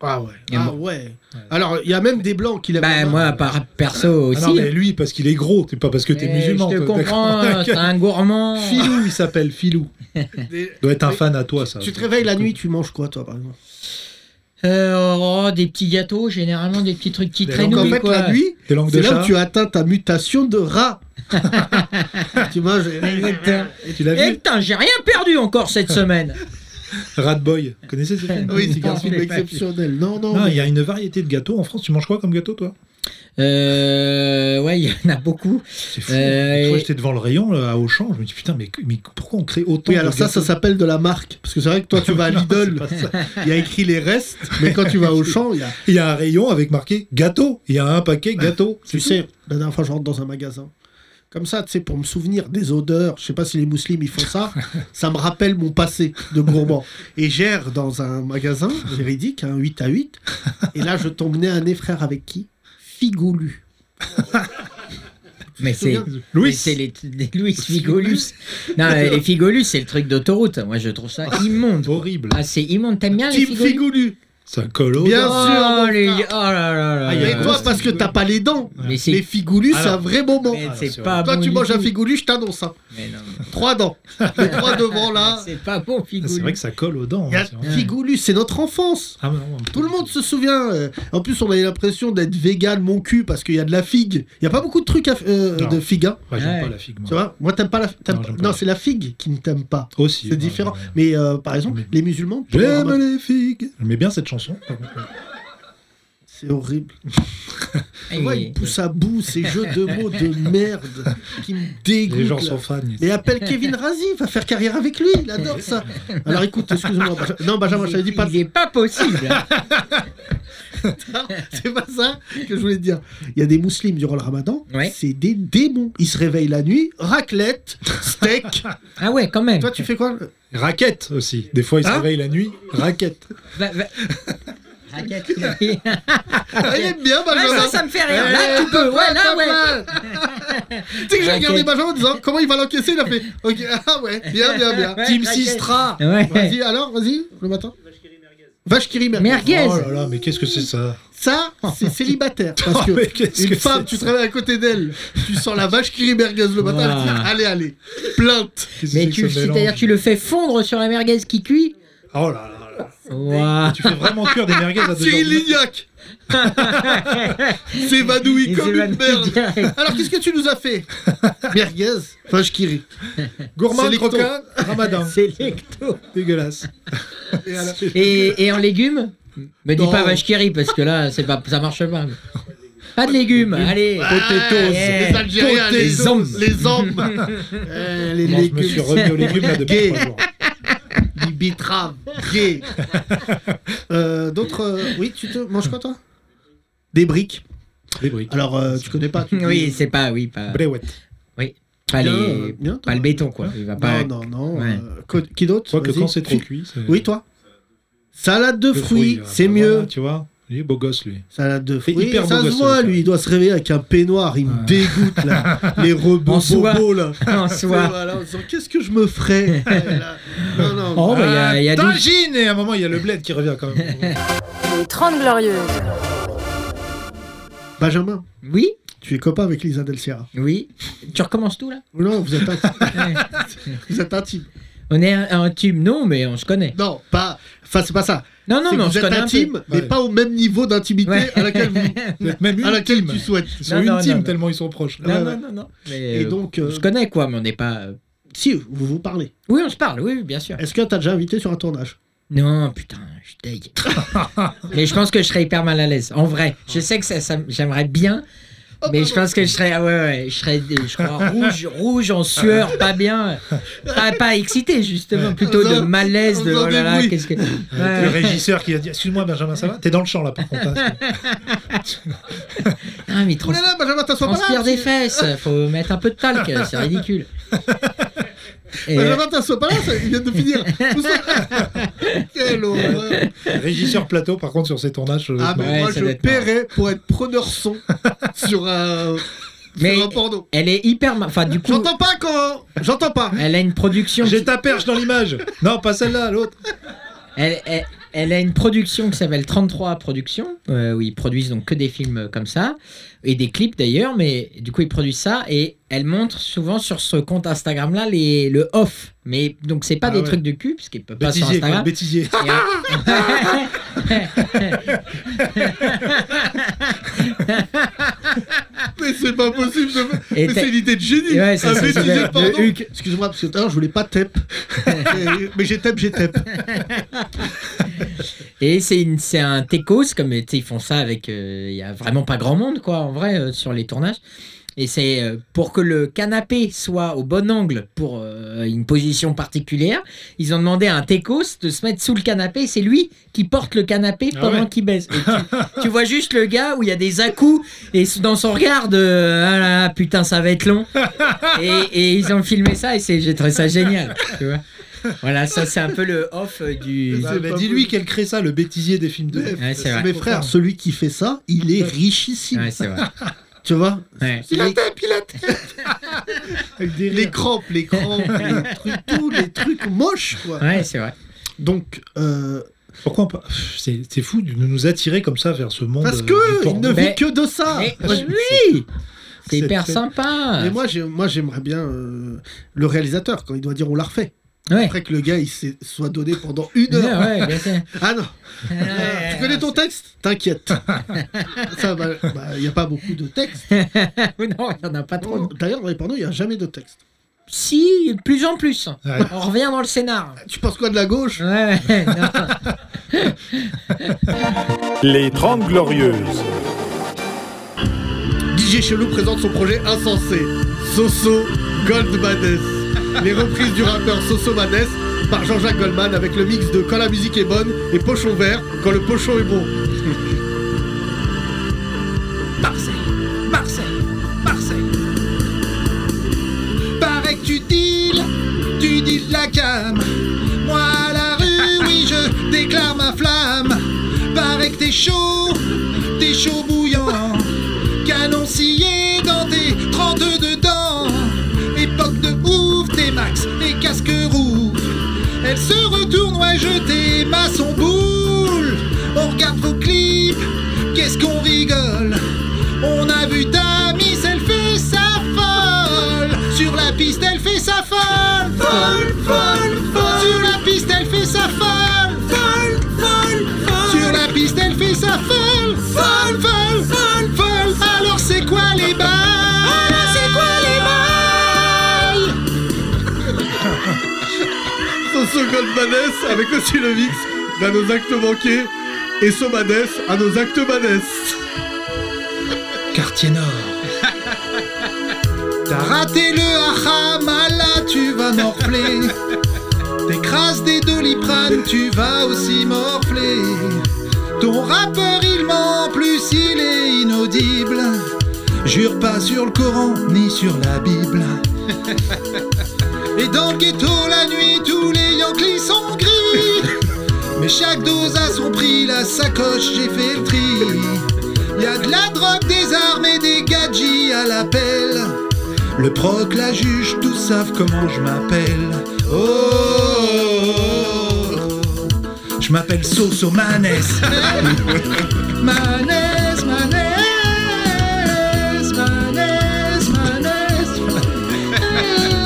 S3: Ah ouais.
S4: Y a
S3: Ah
S4: moi.
S3: ouais. Alors, il y a même des blancs qui lèvent la
S5: Ben,
S4: Bah,
S3: main.
S4: moi, par perso aussi.
S5: Ah non, mais lui, parce qu'il est gros, t'es pas parce que t'es
S4: Eh,
S5: musulman.
S4: Je te
S5: toi,
S4: comprends,
S5: d'accord.
S4: t'es un gourmand.
S5: Filou, il s'appelle Filou.
S3: Des-
S5: Doit être un fan à toi, ça.
S3: Tu te réveilles la nuit, tu manges quoi, toi, par exemple
S4: Euh, oh, des petits gâteaux, généralement des petits trucs qui
S5: Des
S4: traînent.
S3: Donc, en
S5: langues
S4: oui,
S3: fait,
S4: quoi.
S3: la nuit,
S5: Des langues
S3: c'est
S5: de
S3: là
S5: chat.
S3: où tu atteins ta mutation de rat. tu manges.
S4: Exactement.
S5: Tu l'as
S4: Eh
S5: vu
S4: putain, j'ai rien perdu encore cette semaine.
S5: Rat Boy. Vous connaissez ce film
S3: Oui, c'est
S4: Non,
S3: un film
S4: je l'ai pas vu.
S3: exceptionnel. Non, non.
S5: Non,
S3: mais-
S5: il y a une variété de gâteaux. En France, tu manges quoi comme gâteau, toi
S4: Euh, ouais, il y en a beaucoup.
S5: C'est fou.
S4: Euh,
S5: Une fois,
S4: et-
S5: J'étais devant le rayon là, à Auchan. Je me dis, putain, mais, mais pourquoi on crée autant
S3: Oui,
S5: de
S3: alors ça, ça
S5: gâteaux
S3: s'appelle de la marque. Parce que c'est vrai que toi, tu vas à
S5: Non,
S3: Lidl,
S5: c'est pas ça.
S3: il y a écrit les restes, mais quand tu vas au champ, il y a.
S5: Il y a un rayon avec marqué gâteau. Il y a un paquet gâteau.
S3: Ah, Tu sais, la dernière fois, je rentre dans un magasin. Comme ça, tu sais, pour me souvenir des odeurs, je sais pas si les musulmans ils font ça, ça me rappelle mon passé de gourmand. Et j'erre dans un magasin juridique, un 8 à 8, et là, je tombe nez à nez, frère, avec qui Figoulu.
S4: Mais c'est. mais
S5: Louis,
S4: C'est les, les Louis Figolus. Non, mais les Figolus, c'est le truc d'autoroute. Moi, je trouve ça immonde.
S5: horrible.
S4: Ah, c'est immonde. T'aimes bien les
S3: Type
S4: Figolus
S3: Figoulu.
S5: Ça colle au-
S3: Bien
S4: Oh,
S3: sûr, mon
S4: les-
S3: frère.
S4: oh là là là.
S5: Ah, il y a
S3: Et
S5: Euh,
S3: toi, parce que t'as pas les dents.
S4: Mais c'est-
S3: Les Figoulu, c'est un
S5: Alors-
S3: vrai moment.
S4: Mais
S5: Ah,
S4: c'est
S5: c'est
S4: pas
S3: Toi,
S4: bon.
S3: tu
S4: du
S3: manges un
S4: tout.
S3: Figoulu, je t'annonce ça.
S4: Mais non,
S3: Trois dents. Les trois devant, là.
S4: C'est pas bon, Figolus.
S5: C'est vrai que ça colle aux dents.
S3: Il y a
S5: hein, c'est vrai.
S3: Figoulu, c'est notre enfance.
S5: Ah, non, non,
S3: Tout le monde se souvient. euh, En plus, on avait l'impression d'être vegan, mon cul, parce qu'il y a de la figue. Il n'y a pas beaucoup de trucs à f- euh,
S5: Non.
S3: de figue. hein.
S5: Bah, j'aime
S4: Ouais.
S5: pas la figue, moi.
S3: Tu vois Moi, t'aimes pas la. t'aimes
S5: Non,
S3: pas-
S5: j'aime pas
S3: Non,
S5: la
S3: c'est la figue qui ne t'aime pas.
S5: Aussi.
S3: C'est
S5: ouais,
S3: différent.
S5: ouais, ouais.
S3: Mais euh, par exemple,
S5: Mais-
S3: les musulmans. pour le
S5: J'aime
S3: Ramadan,
S5: les figues. J'aimais bien cette chanson.
S3: C'est horrible.
S4: Ah,
S3: Tu vois,
S4: il-
S3: ils poussent à bout ces jeux de mots de merde qui me dégoûtent.
S5: Les gens
S3: là.
S5: sont fans.
S3: Mais appelle Kevin Razi, va faire carrière avec lui, il adore ça. Alors écoute, excuse-moi. Benja- Non, Benjamin, je t'avais dit pas de
S4: Il est pas possible.
S3: c'est pas ça que je voulais te dire. Il y a des musulmans durant le ramadan,
S4: Ouais.
S3: c'est des démons. Ils se réveillent la nuit, raclette, steak.
S4: Ah ouais, quand même.
S3: Toi, tu fais quoi
S5: Raquette aussi. Des fois, il se
S3: Hein
S5: réveille la nuit. Raquette.
S4: Va- va- Raquette, oui.
S3: Ah, Il aime bien,
S4: Ouais,
S3: Benjamin.
S4: ça, ça me fait rire.
S3: Eh,
S4: Là, tu peux. Ouais, là,
S3: pas
S4: ouais.
S3: mal. tu sais que j'ai regardé
S4: Raquette.
S3: Benjamin en disant comment il va l'encaisser. Il a fait Ok, ah ouais, bien, bien, bien.
S4: Ouais,
S3: Team
S4: raquette.
S3: Sistra.
S4: Ouais.
S3: Vas-y, alors, vas-y, le matin. Vache qui merguez.
S4: Merguez.
S5: Oh là là, mais qu'est-ce que c'est ça
S3: Ça, c'est célibataire. Parce que
S5: Oh, mais qu'est-ce
S3: une
S5: que
S3: femme,
S5: c'est
S3: tu
S5: que
S3: travailles à côté d'elle, tu sens la vache qui merguez le matin, elle te dit,
S4: Ouah.
S3: allez, allez, plainte.
S5: Qu'est-ce que
S4: Mais
S5: c'est que
S4: tu,
S5: ce
S4: c'est-à-dire
S5: mélange
S4: tu le fais fondre sur la merguez qui cuit.
S5: Oh là là là.
S4: Waouh.
S5: Tu fais vraiment cuire des merguez
S4: Ah,
S5: à deux
S3: Cyril
S5: heures
S3: Lignac s'évanouit
S4: Il
S3: comme une
S4: s'évanouit
S3: merde.
S4: direct.
S3: Alors, qu'est-ce que tu nous as fait Merguez, vache qui rit.
S5: Gourmand,
S3: Sélecto.
S5: croquin, ramadan.
S4: C'est lecto.
S5: Dégueulasse.
S3: Et alors
S4: Et, et en légumes Me dis
S3: Non.
S4: pas vache qui rit parce que là, c'est pas, ça marche pas. Pas de légumes, allez.
S3: Potatoes,
S4: yeah.
S3: les Algériens, les,
S4: Potatoes.
S3: hommes, les hommes, Euh, les
S5: Moi, je me
S3: légumes,
S5: suis remis aux légumes là depuis
S3: Gay.
S5: trois jours.
S3: les betteraves, gays. Euh, D'autres, euh, oui, tu te manges quoi toi Des briques.
S5: Des briques.
S3: Alors, euh, tu connais pas tu dis-
S4: Oui, c'est pas, oui,
S5: Ah,
S4: pas,
S5: Bréouette.
S4: pas,
S3: bien,
S4: les-
S3: bien,
S4: pas le béton quoi. Il va pas.
S3: Non, non, non.
S4: Ouais.
S3: euh, co- qui d'autre
S5: Tu vois que
S3: Vas-y.
S5: quand c'est trop
S3: Tu-
S5: cuit. c'est-
S3: Oui, toi. Salade de
S5: Le
S3: fruits,
S5: fruit,
S3: c'est
S5: après,
S3: mieux.
S5: bah voilà, Tu vois Lui, beau gosse, lui.
S3: Salade de
S5: C'est
S3: fruits.
S5: hyper beau
S3: ça se
S5: gosse,
S3: voit,
S5: ça.
S3: lui, il doit se réveiller avec un peignoir. Il me dégoûte, là. Les rebonds
S4: En soie.
S3: bobos, là.
S4: En
S3: Et
S4: soi.
S3: voilà, en disant, Qu'est-ce que je me ferais Ouais, là. Non, non.
S4: Oh, bah, il y a- il y a
S5: Ah,
S4: douze-
S5: Tangine Et à un moment, il y a le bled qui revient quand même.
S2: Les 30 Glorieuses.
S3: Benjamin,
S4: Oui,
S3: tu es copain avec Lisa Del Sierra.
S4: oui. Tu recommences tout là
S3: Non, vous êtes inti-
S4: Ouais.
S3: vous êtes intime.
S4: On est un, un team, non, mais on se connaît.
S3: Non, pas. Enfin, c'est pas ça.
S4: Non,
S3: C'est
S4: non, mais
S3: que
S4: on
S3: vous
S4: se
S3: êtes
S4: connaît un peu.
S3: intime, mais
S5: Ouais.
S3: pas au même niveau d'intimité
S4: Ouais.
S3: à laquelle vous-
S5: Peut-être même
S3: à laquelle
S5: ultime.
S3: tu souhaites.
S5: Ils sont
S4: Non, non, non,
S5: intimes
S4: non.
S5: tellement ils sont proches.
S4: Non,
S3: Ouais,
S4: non,
S3: ouais.
S4: non, non. Mais,
S3: Et
S4: euh,
S3: donc, euh,
S4: on se connaît quoi, mais on n'est pas. euh,
S3: si vous vous parlez.
S4: Oui, on se parle, oui, oui, bien sûr.
S3: Est-ce que t'as déjà invité sur un tournage
S4: Non, putain, je suis deg. mais je pense que je serais hyper mal à l'aise. En vrai, je sais que ça, ça- j'aimerais bien,
S3: Oh,
S4: mais je pense que je serais, ah ouais, ouais, je serais, je crois, rouge, rouge en sueur, pas bien, pas, pas excité justement, plutôt de malaise, de oh là là, qu'est-ce que.
S5: Le
S4: Ouais.
S5: régisseur qui a dit Excuse-moi, Benjamin, ça va T'es dans le champ là par contre. hein.
S4: Ah, mais
S3: Oh
S4: trans-
S3: là là, Benjamin, t'assois pas là
S4: transpire des
S3: tu-
S4: fesses, faut mettre un peu de talc, c'est ridicule.
S3: Bah,
S4: Et, euh,
S3: Benjamin, t'assois pas là, ça- il vient de finir. Tout ça. Quelle horreur.
S5: Régisseur plateau, par contre, sur ses tournages. euh,
S3: Ah, mais
S5: non.
S4: Euh, Ouais,
S3: moi,
S4: ça
S3: je
S4: doit être marrant.
S3: paierais pour être preneur son sur un,
S4: Mais-
S3: sur un porno.
S4: elle est hyper, ma- enfin du coup,
S3: J'entends pas quand. J'entends pas.
S4: elle a une production.
S5: J'ai
S4: qui-
S5: ta perche dans l'image. Non, pas celle-là, l'autre.
S4: Elle, elle- elle a une production qui s'appelle 33 Productions, euh, où ils produisent donc que des films euh, comme ça, et des clips d'ailleurs, mais du coup ils produisent ça, et elle montre souvent sur ce compte Instagram-là les- le off. Mais donc c'est pas
S5: Ah
S4: des
S5: ouais. Bah,
S4: trucs de cul, parce qu'ils peuvent pas sur
S5: Bêtisier, quoi,
S4: Instagram.
S5: bêtisier.
S4: Et, euh,
S3: Mais c'est pas possible. je-
S4: Et
S3: Mais
S4: t'as-
S3: c'est Ah, une idée de génie.
S4: et ouais, ça,
S3: un
S4: ça
S3: bêtisier
S4: s'appelle
S3: de porno.
S4: le Hulk.
S3: Excuse-moi, parce que tout à l'heure, je voulais pas tep. Mais- mais j'ai tep, j'ai tep.
S4: et c'est une- c'est un techos, comme tu sais, ils font ça avec. euh, Il y a vraiment pas grand monde, quoi, en vrai, euh, sur les tournages. Et c'est euh, pour que le canapé soit au bon angle pour euh, une position particulière, ils ont demandé à un techos de se mettre sous le canapé. et C'est lui qui porte le canapé
S5: Ah
S4: pendant
S5: ouais.
S4: qu'il baise. Et tu, tu vois juste le gars où il y a des à-coups et s- dans son regard de ah là là, putain ça va être long. Et, et ils ont filmé ça et c'est- j'ai trouvé ça génial. tu vois. Voilà, ça c'est un peu le off euh, du.
S5: Bah,
S3: C'est
S5: bah,
S3: pas
S5: Dis-lui qu'elle crée ça, le bêtisier des films de.
S4: Ouais, c'est vrai.
S3: Mes frères, celui qui fait ça, il est richissime.
S4: Ouais, c'est vrai.
S3: Tu vois
S4: Ouais.
S3: Il a tête, il a tête Les crampes, les crampes, les trucs, tous les trucs moches, quoi.
S4: Ouais, c'est vrai.
S3: Donc, euh,
S5: Pourquoi on peut- Pff, C'est c'est fou de nous attirer comme ça vers ce monde.
S3: parce
S5: euh,
S3: que
S5: du
S3: il
S5: porno.
S3: ne
S4: Mais-
S3: vit que de ça.
S4: Mais
S3: Moi, je-
S4: oui C'est
S5: c'est-
S4: hyper
S5: c'est-
S4: sympa
S3: Mais moi, j'ai- moi, j'aimerais bien euh, le réalisateur quand il doit dire on l'a refait.
S4: Ouais.
S3: Après que le gars il s'est- soit donné pendant une
S4: Ouais,
S3: heure.
S4: ouais, bien sûr.
S3: Ah non, Ah,
S4: Ouais,
S3: tu connais ton texte T'inquiète. Ça, bah, bah, il n'y a pas beaucoup de textes.
S4: non, il n'y en a pas
S5: Oh.
S4: trop.
S3: D'ailleurs, dans les pornos, il n'y a jamais de texte.
S4: Si, de plus en plus.
S5: Ouais.
S4: On revient dans le scénar.
S3: Tu penses quoi de la gauche
S4: Ouais, non.
S6: Les 30 Glorieuses.
S3: DJ Chelou présente son projet insensé, Soso Goldmanes. Les reprises du rappeur Soso Manes par Jean-Jacques Goldman avec le mix de Quand la musique est bonne et Pochon vert quand le pochon est bon. chaud, t'es chaud bouillant, canon scié dans tes 32 dents. Époque de ouf, t'es max et casque roux. Elle se retourne, ouais, jeter maçon boule. On regarde vos clips, qu'est-ce qu'on rigole. On a vu ta miss, elle fait sa folle. Sur la piste, elle fait sa folle. Folle, folle, folle. Sur la piste, elle fait sa folle. Folle, folle, folle. Sur la piste, elle fait sa folle. Folle, folle, folle, folle. Alors c'est quoi les balles Alors c'est quoi les balles Sanson Goldmanes avec le Sylovix d'un nos actes manqués et Somades à nos actes manes.
S5: Quartier Nord.
S3: T'as raté le Ahamala, tu vas morfler. T'écrases des doliprane, tu vas aussi morfler. Ton rappeur, il ment, plus il est inaudible. Jure pas sur le Coran ni sur la Bible. Et dans le ghetto, la nuit, tous les Yankees sont gris. Mais chaque dose a son prix, la sacoche, j'ai fait le tri. Y a de la drogue, des armes et des gadgets à l'appel. Le proc, la juge, tous savent comment je m'appelle. Oh, oh. je m'appelle Soso Manes. Manes, Manes, Manes, Manes.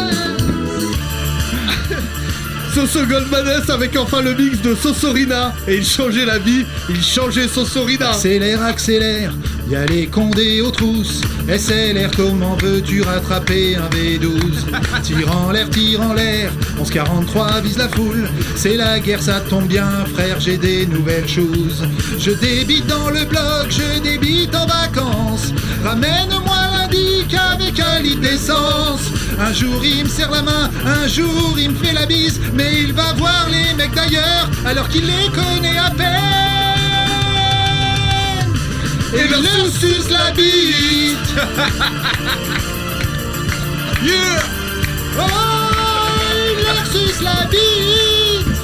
S3: Soso Goldmanes avec enfin le mix de Sosorina. Et il changeait la vie, il changeait Sosorina. Accélère, accélère, y a les condés aux trousses. SLR, comment veux-tu rattraper un B12 Tire en l'air, tire en l'air, 1143 vise la foule. C'est la guerre, ça tombe bien, frère, j'ai des nouvelles choses. Je débite dans le bloc, je débite en vacances. Ramène-moi l'indic avec un litre d'essence. Un jour il me serre la main, un jour il me fait la bise, mais il va voir les mecs d'ailleurs alors qu'il les connaît à peine. Et il leur suce la bite. yeah! Oh, il leur suce la bite.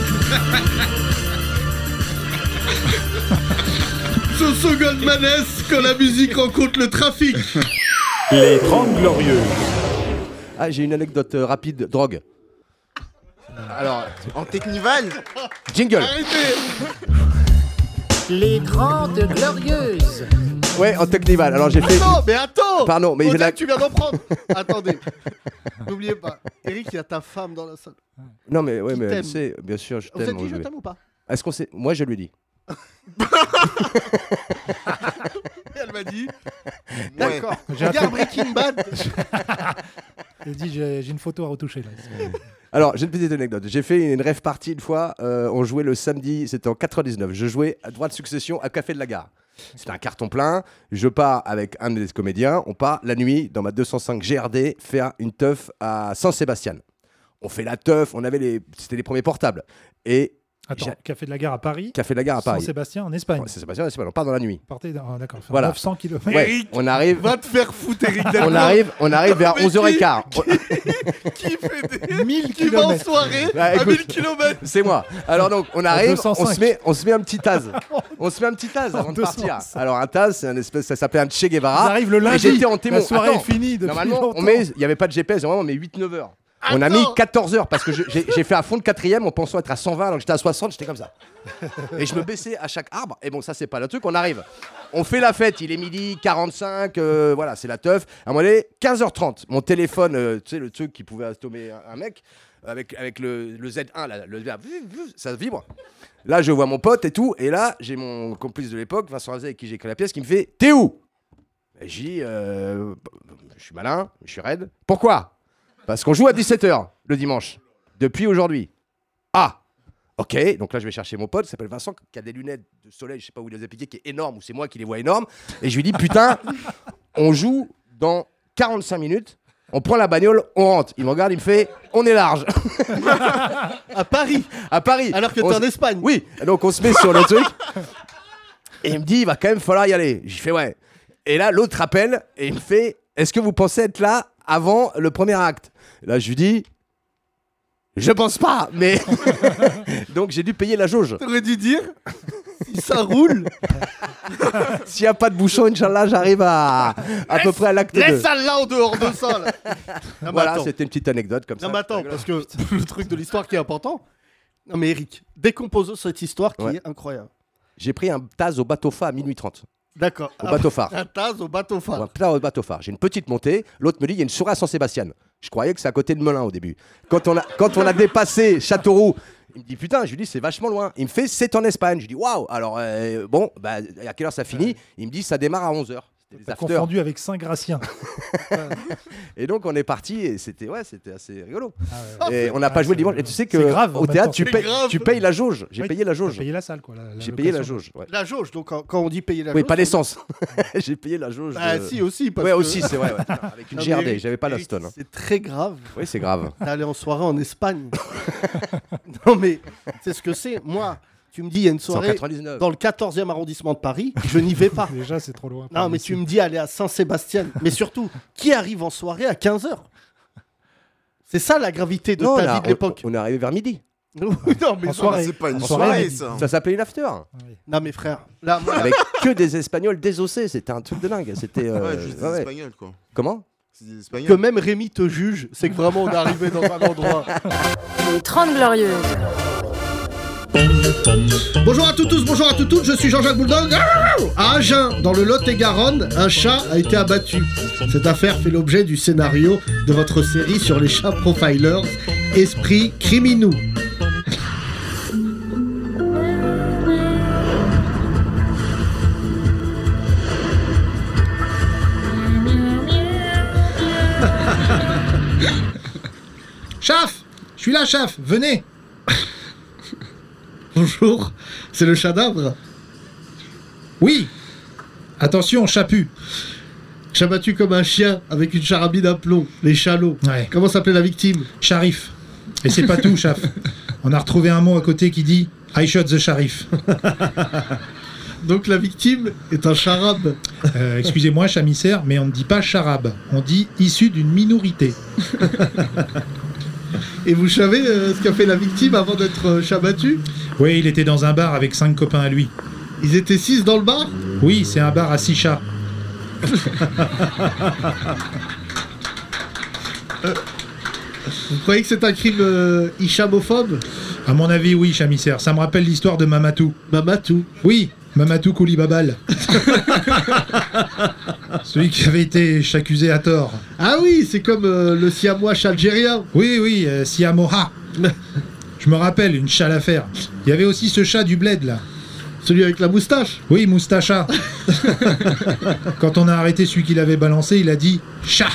S3: Soso Goldmanes quand la musique rencontre le trafic.
S6: Les 30 Glorieuses.
S7: Ah, j'ai une anecdote euh, rapide, drogue.
S8: Alors, en Technival,
S7: Jingle.
S1: Les Grandes Glorieuses.
S7: Ouais, en Technival. Alors j'ai fait.
S8: Attends, mais attends
S7: Pardon, mais il
S8: Audrey,
S7: la-
S8: tu viens d'en prendre Attendez. N'oubliez pas, Eric, il y a ta femme dans la salle.
S7: Non, mais ouais,
S8: qui
S7: mais
S8: t'aime.
S7: elle sait, bien sûr, je
S8: Vous
S7: t'aime.
S8: êtes dit je
S7: Olivier.
S8: t'aime ou pas
S7: Est-ce qu'on sait Moi, je lui dis.
S8: Et elle m'a dit,
S9: Ouais.
S8: d'accord,
S9: J'ai un
S8: regarde Breaking Bad
S9: Il dit j'ai j'ai une photo à retoucher là.
S7: Alors, j'ai une petite anecdote. J'ai fait une rêve partie une fois. euh, on jouait le samedi, c'était en 99. Je jouais à droit de succession à Café de la Gare. C'était un carton plein. Je pars avec un des comédiens. On part la nuit dans ma 205 GRD faire une teuf à San-Sébastien. On fait la teuf. On avait les, c'était les premiers portables. Et
S9: Attends,
S7: J'ai-
S9: Café de la Gare à Paris,
S7: Café de la Gare à Paris.
S9: Saint-Sébastien en Espagne.
S7: San-Sébastien, c'est pas. On part dans la nuit.
S9: Partez dans- ah, d'accord,
S7: Voilà.
S9: 900 km.
S7: Ouais, on arrive.
S8: va te faire foutre, Eric Delcourt.
S7: On arrive, on arrive vers
S8: Mais qui-
S7: 11h15.
S8: Qui fait des
S9: 1000
S8: qui va en
S9: km.
S8: soirée
S7: Bah,
S8: à
S7: écoute.
S8: 1000 km
S7: C'est moi. Alors donc, on arrive, on
S9: 205.
S7: se met, on se met un petit taz. On se met un petit taz avant de partir.
S9: 205.
S7: Alors un taz, c'est un espèce, ça s'appelait un Che
S9: Ils
S7: Guevara.
S9: arrivent le
S7: Ah, Mais
S9: lundi.
S7: j'étais en témoin.
S9: La soirée
S7: Attends,
S9: est finie depuis
S7: Normalement,
S9: longtemps.
S7: on met, il n'y avait pas de GPS, normalement on met 8-9 heures. On a mis 14 heures parce que je- j'ai j'ai fait à fond de quatrième en pensant être à 120 alors que j'étais à 60, j'étais comme ça. Et je me baissais à chaque arbre. Et bon, ça c'est pas le truc, on arrive. On fait la fête, il est midi 45, euh, voilà, c'est la teuf. À un moment donné, 15h30, mon téléphone, euh, tu sais, le truc qui pouvait assommer un, un mec, avec, avec le, le Z1, là, le, ça vibre. Là, je vois mon pote et tout. Et là, j'ai mon complice de l'époque, Vincent Razet, avec qui j'ai écrit la pièce, qui me fait T'es où Et J'ai dit, euh, Je suis malin, je suis raide. Pourquoi Parce qu'on joue à 17h le dimanche, depuis aujourd'hui. Ah Ok, donc là je vais chercher mon pote, qui s'appelle Vincent, qui a des lunettes de soleil, je sais pas où il les a piquées, qui est énorme, ou c'est moi qui les vois énormes. Et je lui dis, putain, on joue dans 45 minutes, on prend la bagnole, on rentre. Il me regarde, il me fait, on est large,
S8: à Paris,
S7: à Paris.
S8: alors que t'es
S7: On
S8: en
S7: s-
S8: Espagne.
S7: oui, donc on se met sur le truc. Et il me dit, il va quand même falloir y aller. J'y fais, ouais. Et là, l'autre appelle et il me fait, est-ce que vous pensez être là avant le premier acte Là, je lui dis, je pense pas, mais. donc j'ai dû payer la jauge.
S8: T'aurais dû dire, si
S10: ça roule.
S7: S'il n'y a pas de bouchon, Inch'Allah, j'arrive à à peu près à l'acte 2.
S10: Laisse ça là en dehors de ça. Là. Non, mais
S7: Voilà,
S10: attends.
S7: c'était une petite anecdote comme ça.
S10: Non, mais attends, parce que le truc de l'histoire qui est important. Non, mais Eric, décomposons cette histoire qui
S7: Ouais.
S10: est incroyable.
S7: J'ai pris un Taz au bateau phare à minuit 30.
S10: D'accord.
S7: Au bateau phare.
S10: Un Taz au bateau phare.
S7: Ouais, plein au bateau phare. J'ai une petite montée. L'autre me dit il y a une soirée à Saint-Sébastien. Je croyais que c'est à côté de Melun au début. Quand on a, quand on a dépassé Châteauroux, il me dit putain, je lui dis c'est vachement loin. Il me fait c'est en Espagne. Je lui dis waouh. Alors euh, bon, bah, à quelle heure ça finit Il me dit ça démarre à 11h.
S11: T'as confondu avec Saint-Gratien.
S7: Ah Et donc on est parti et c'était ouais, c'était assez rigolo.
S11: Ah ouais, ouais.
S7: Et on n'a pas
S11: Ouais,
S7: joué le
S11: c'est-
S7: dimanche. Et tu sais que
S11: c'est grave, en
S7: au
S11: même
S7: théâtre,
S11: temps.
S7: tu
S10: C'est
S7: payes,
S10: grave.
S7: tu payes la jauge. J'ai
S11: Ouais,
S7: payé la
S11: T'as
S7: jauge.
S11: payé la salle, quoi. la- la
S7: J'ai payé la
S11: location.
S7: jauge. ouais.
S10: La jauge, donc quand, quand on dit payer la
S7: Oui,
S10: jauge,
S7: pas
S10: on-
S7: l'essence. J'ai payé la jauge.
S10: Ah,
S7: de-
S10: si, aussi. Parce
S7: ouais,
S10: que-
S7: aussi, c'est vrai. ouais. Avec une
S10: Non, mais
S7: GRD,
S10: Eric,
S7: j'avais
S11: Ah,
S7: pas la
S10: Eric,
S7: stone. hein.
S10: C'est très grave.
S7: Oui, c'est grave.
S10: T'es allé en soirée en Espagne. non, mais c'est ce que c'est. Moi, tu me dis, il y a une soirée
S7: 199.
S10: dans le 14e arrondissement de Paris, je n'y vais pas.
S11: Déjà, c'est trop loin.
S10: Non, mais tu me dis aller à Saint-Sébastien. Mais surtout, qui arrive en soirée à 15h C'est ça la gravité de
S7: Non,
S10: ta
S7: on a-
S10: vie de l'époque.
S7: On, on est arrivé vers midi.
S10: Oui, non, mais
S11: En soirée.
S9: Ah, C'est pas une
S11: En soirée,
S9: soirée,
S11: mais-
S10: Ah.
S9: ça.
S7: Ça s'appelait l'after.
S10: Non, mais frère, là, moi,
S7: Avec que des Espagnols désossés. C'était un truc de dingue.
S10: Ah
S7: C'était. euh,
S9: Ouais, juste des
S7: ouais, ouais.
S9: Espagnols, quoi.
S7: Comment
S9: C'est des
S10: que
S9: Espagnols.
S10: même Rémi te juge, c'est que vraiment on est arrivé dans un endroit.
S2: Les 30 Glorieuses.
S3: Bonjour à tous, tous, bonjour à toutes, toutes, je suis Jean-Jacques Bouldog. Ah, À Agen, dans le Lot-et-Garonne, un chat a été abattu. Cette affaire fait l'objet du scénario de votre série sur les chats profilers, Esprit Criminou. Chaf Je suis là, chaf, venez Bonjour, c'est le chadabre Oui Attention, chapu Chabattu comme un chien avec une charabine à plomb, les chalots.
S5: Ouais.
S3: Comment s'appelait la victime
S5: Sharif. Et c'est pas tout, Chaf. On a retrouvé un mot à côté qui dit I shot the Sharif.
S3: Donc la victime est un charabe.
S5: Euh, Excusez-moi, chamissaire, mais on ne dit pas charab. On dit issu d'une minorité.
S3: Et vous savez euh, ce qu'a fait la victime avant d'être euh, chabattu
S5: Oui, il était dans un bar avec cinq copains à lui.
S3: Ils étaient six dans le bar
S5: Oui, c'est un bar à six chats.
S3: Vous croyez que c'est un crime euh, islamophobe
S5: À mon avis, oui, chamissaire. Ça me rappelle l'histoire de Mamatou.
S3: Mamatou.
S5: Oui, Mamatou Koulibabal. Celui qui avait été accusé à tort.
S3: Ah oui, c'est comme euh, le siamois algérien.
S5: Oui, oui, euh, Siamoha. Je me rappelle, une chale à faire. Il y avait aussi ce chat du bled, là.
S3: Celui avec la moustache.
S5: Oui, Moustacha. Quand on a arrêté celui qui l'avait balancé, il a dit chat.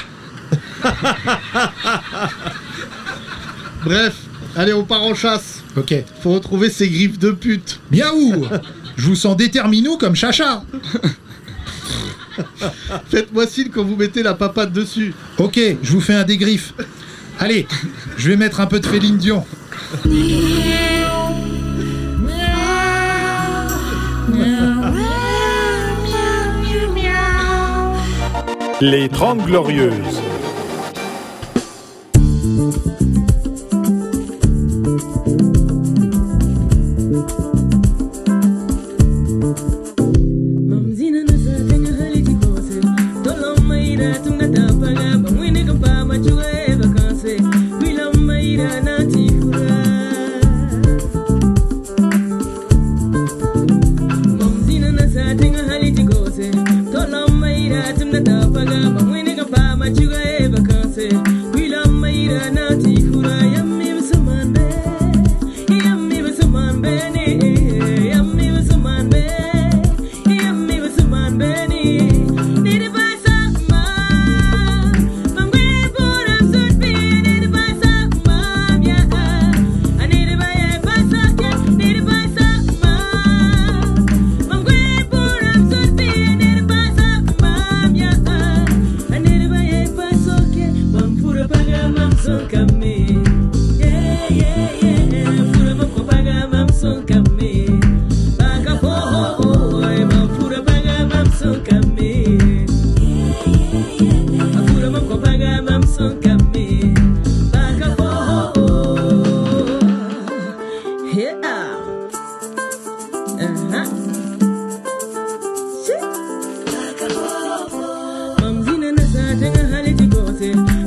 S3: Bref, allez, on part en chasse.
S5: Ok.
S3: Faut retrouver ces griffes de pute.
S5: Miaou Je vous sens déterminou comme chacha.
S3: Faites-moi signe quand vous mettez la papade dessus.
S5: Ok, je vous fais un dégriffe. Allez, je vais mettre un peu de Féline Dion.
S12: Les 30 Glorieuses.
S13: Yeah. Uh-huh.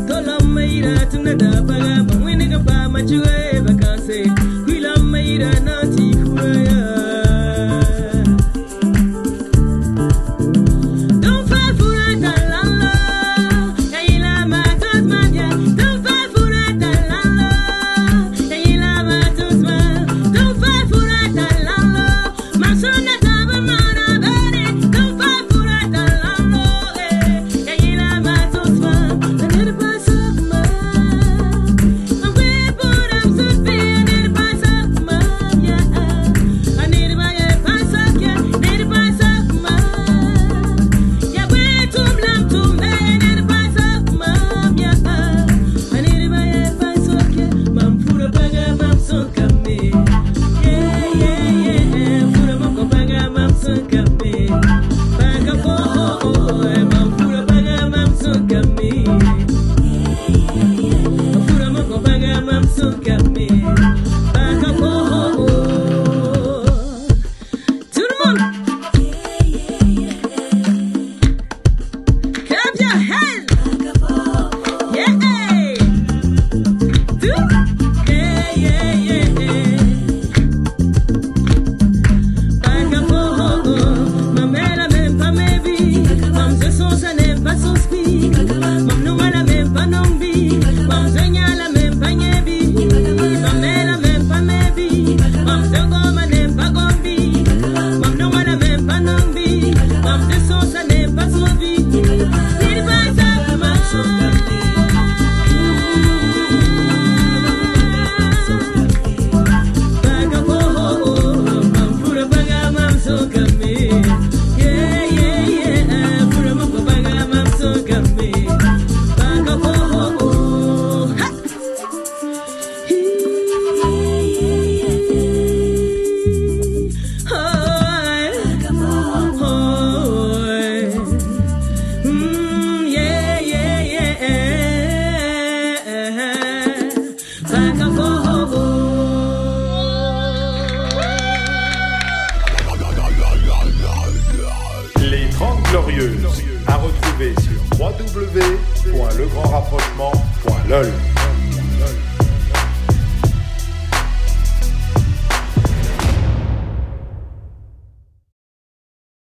S13: na da baga ba wani ga ba ma ci ga ba ka sai kwila mai da na ti kuraya Don't fall for it, la la la. Yeah, la ma toute ma vie. Don't fall for it, la la la. Yeah, la ma toute ma. Don't fall for it, la la la. Ma sonne ta va marabere. Don't fall for it, la la la. Yeah, la ma toute ma. La ne passe ma. We put up so fear, ne passe ma. Yeah, I need my pass up, yeah, need pass up ma. Yeah, we too blind to men and pass up, mom. Yeah, I need my advice, okay. Mom, put a bag, mom, so come me. Yeah, yeah, yeah. Put a mom, bag, mom, so come me. Bag up, oh, oh, oh. Mom, put a bag, mom, so come me. Put a mom, bag, mom, so come me. Bag up, oh, oh, oh. Tout le monde. Clap your hands. Yeah. Do. Yeah, yeah, yeah, yeah. Back and forth. Ma mère la même pas mes vies. Mam je sens ça n'aime pas son speed. Mam nous voilà même pas non bi. Mam je n'y a la même pas n'y bi. Ma mère la même pas mes vies. Mam je gomme n'aime pas gomme bi. Mam nous voilà même pas non bi. Mam je sens ça n'aime pas son vie. Il va Oh, Mm, yeah, yeah, yeah, yeah. Back and
S6: Les 30 Glorieuses, à retrouver sur www.legrandrapprochement.lol.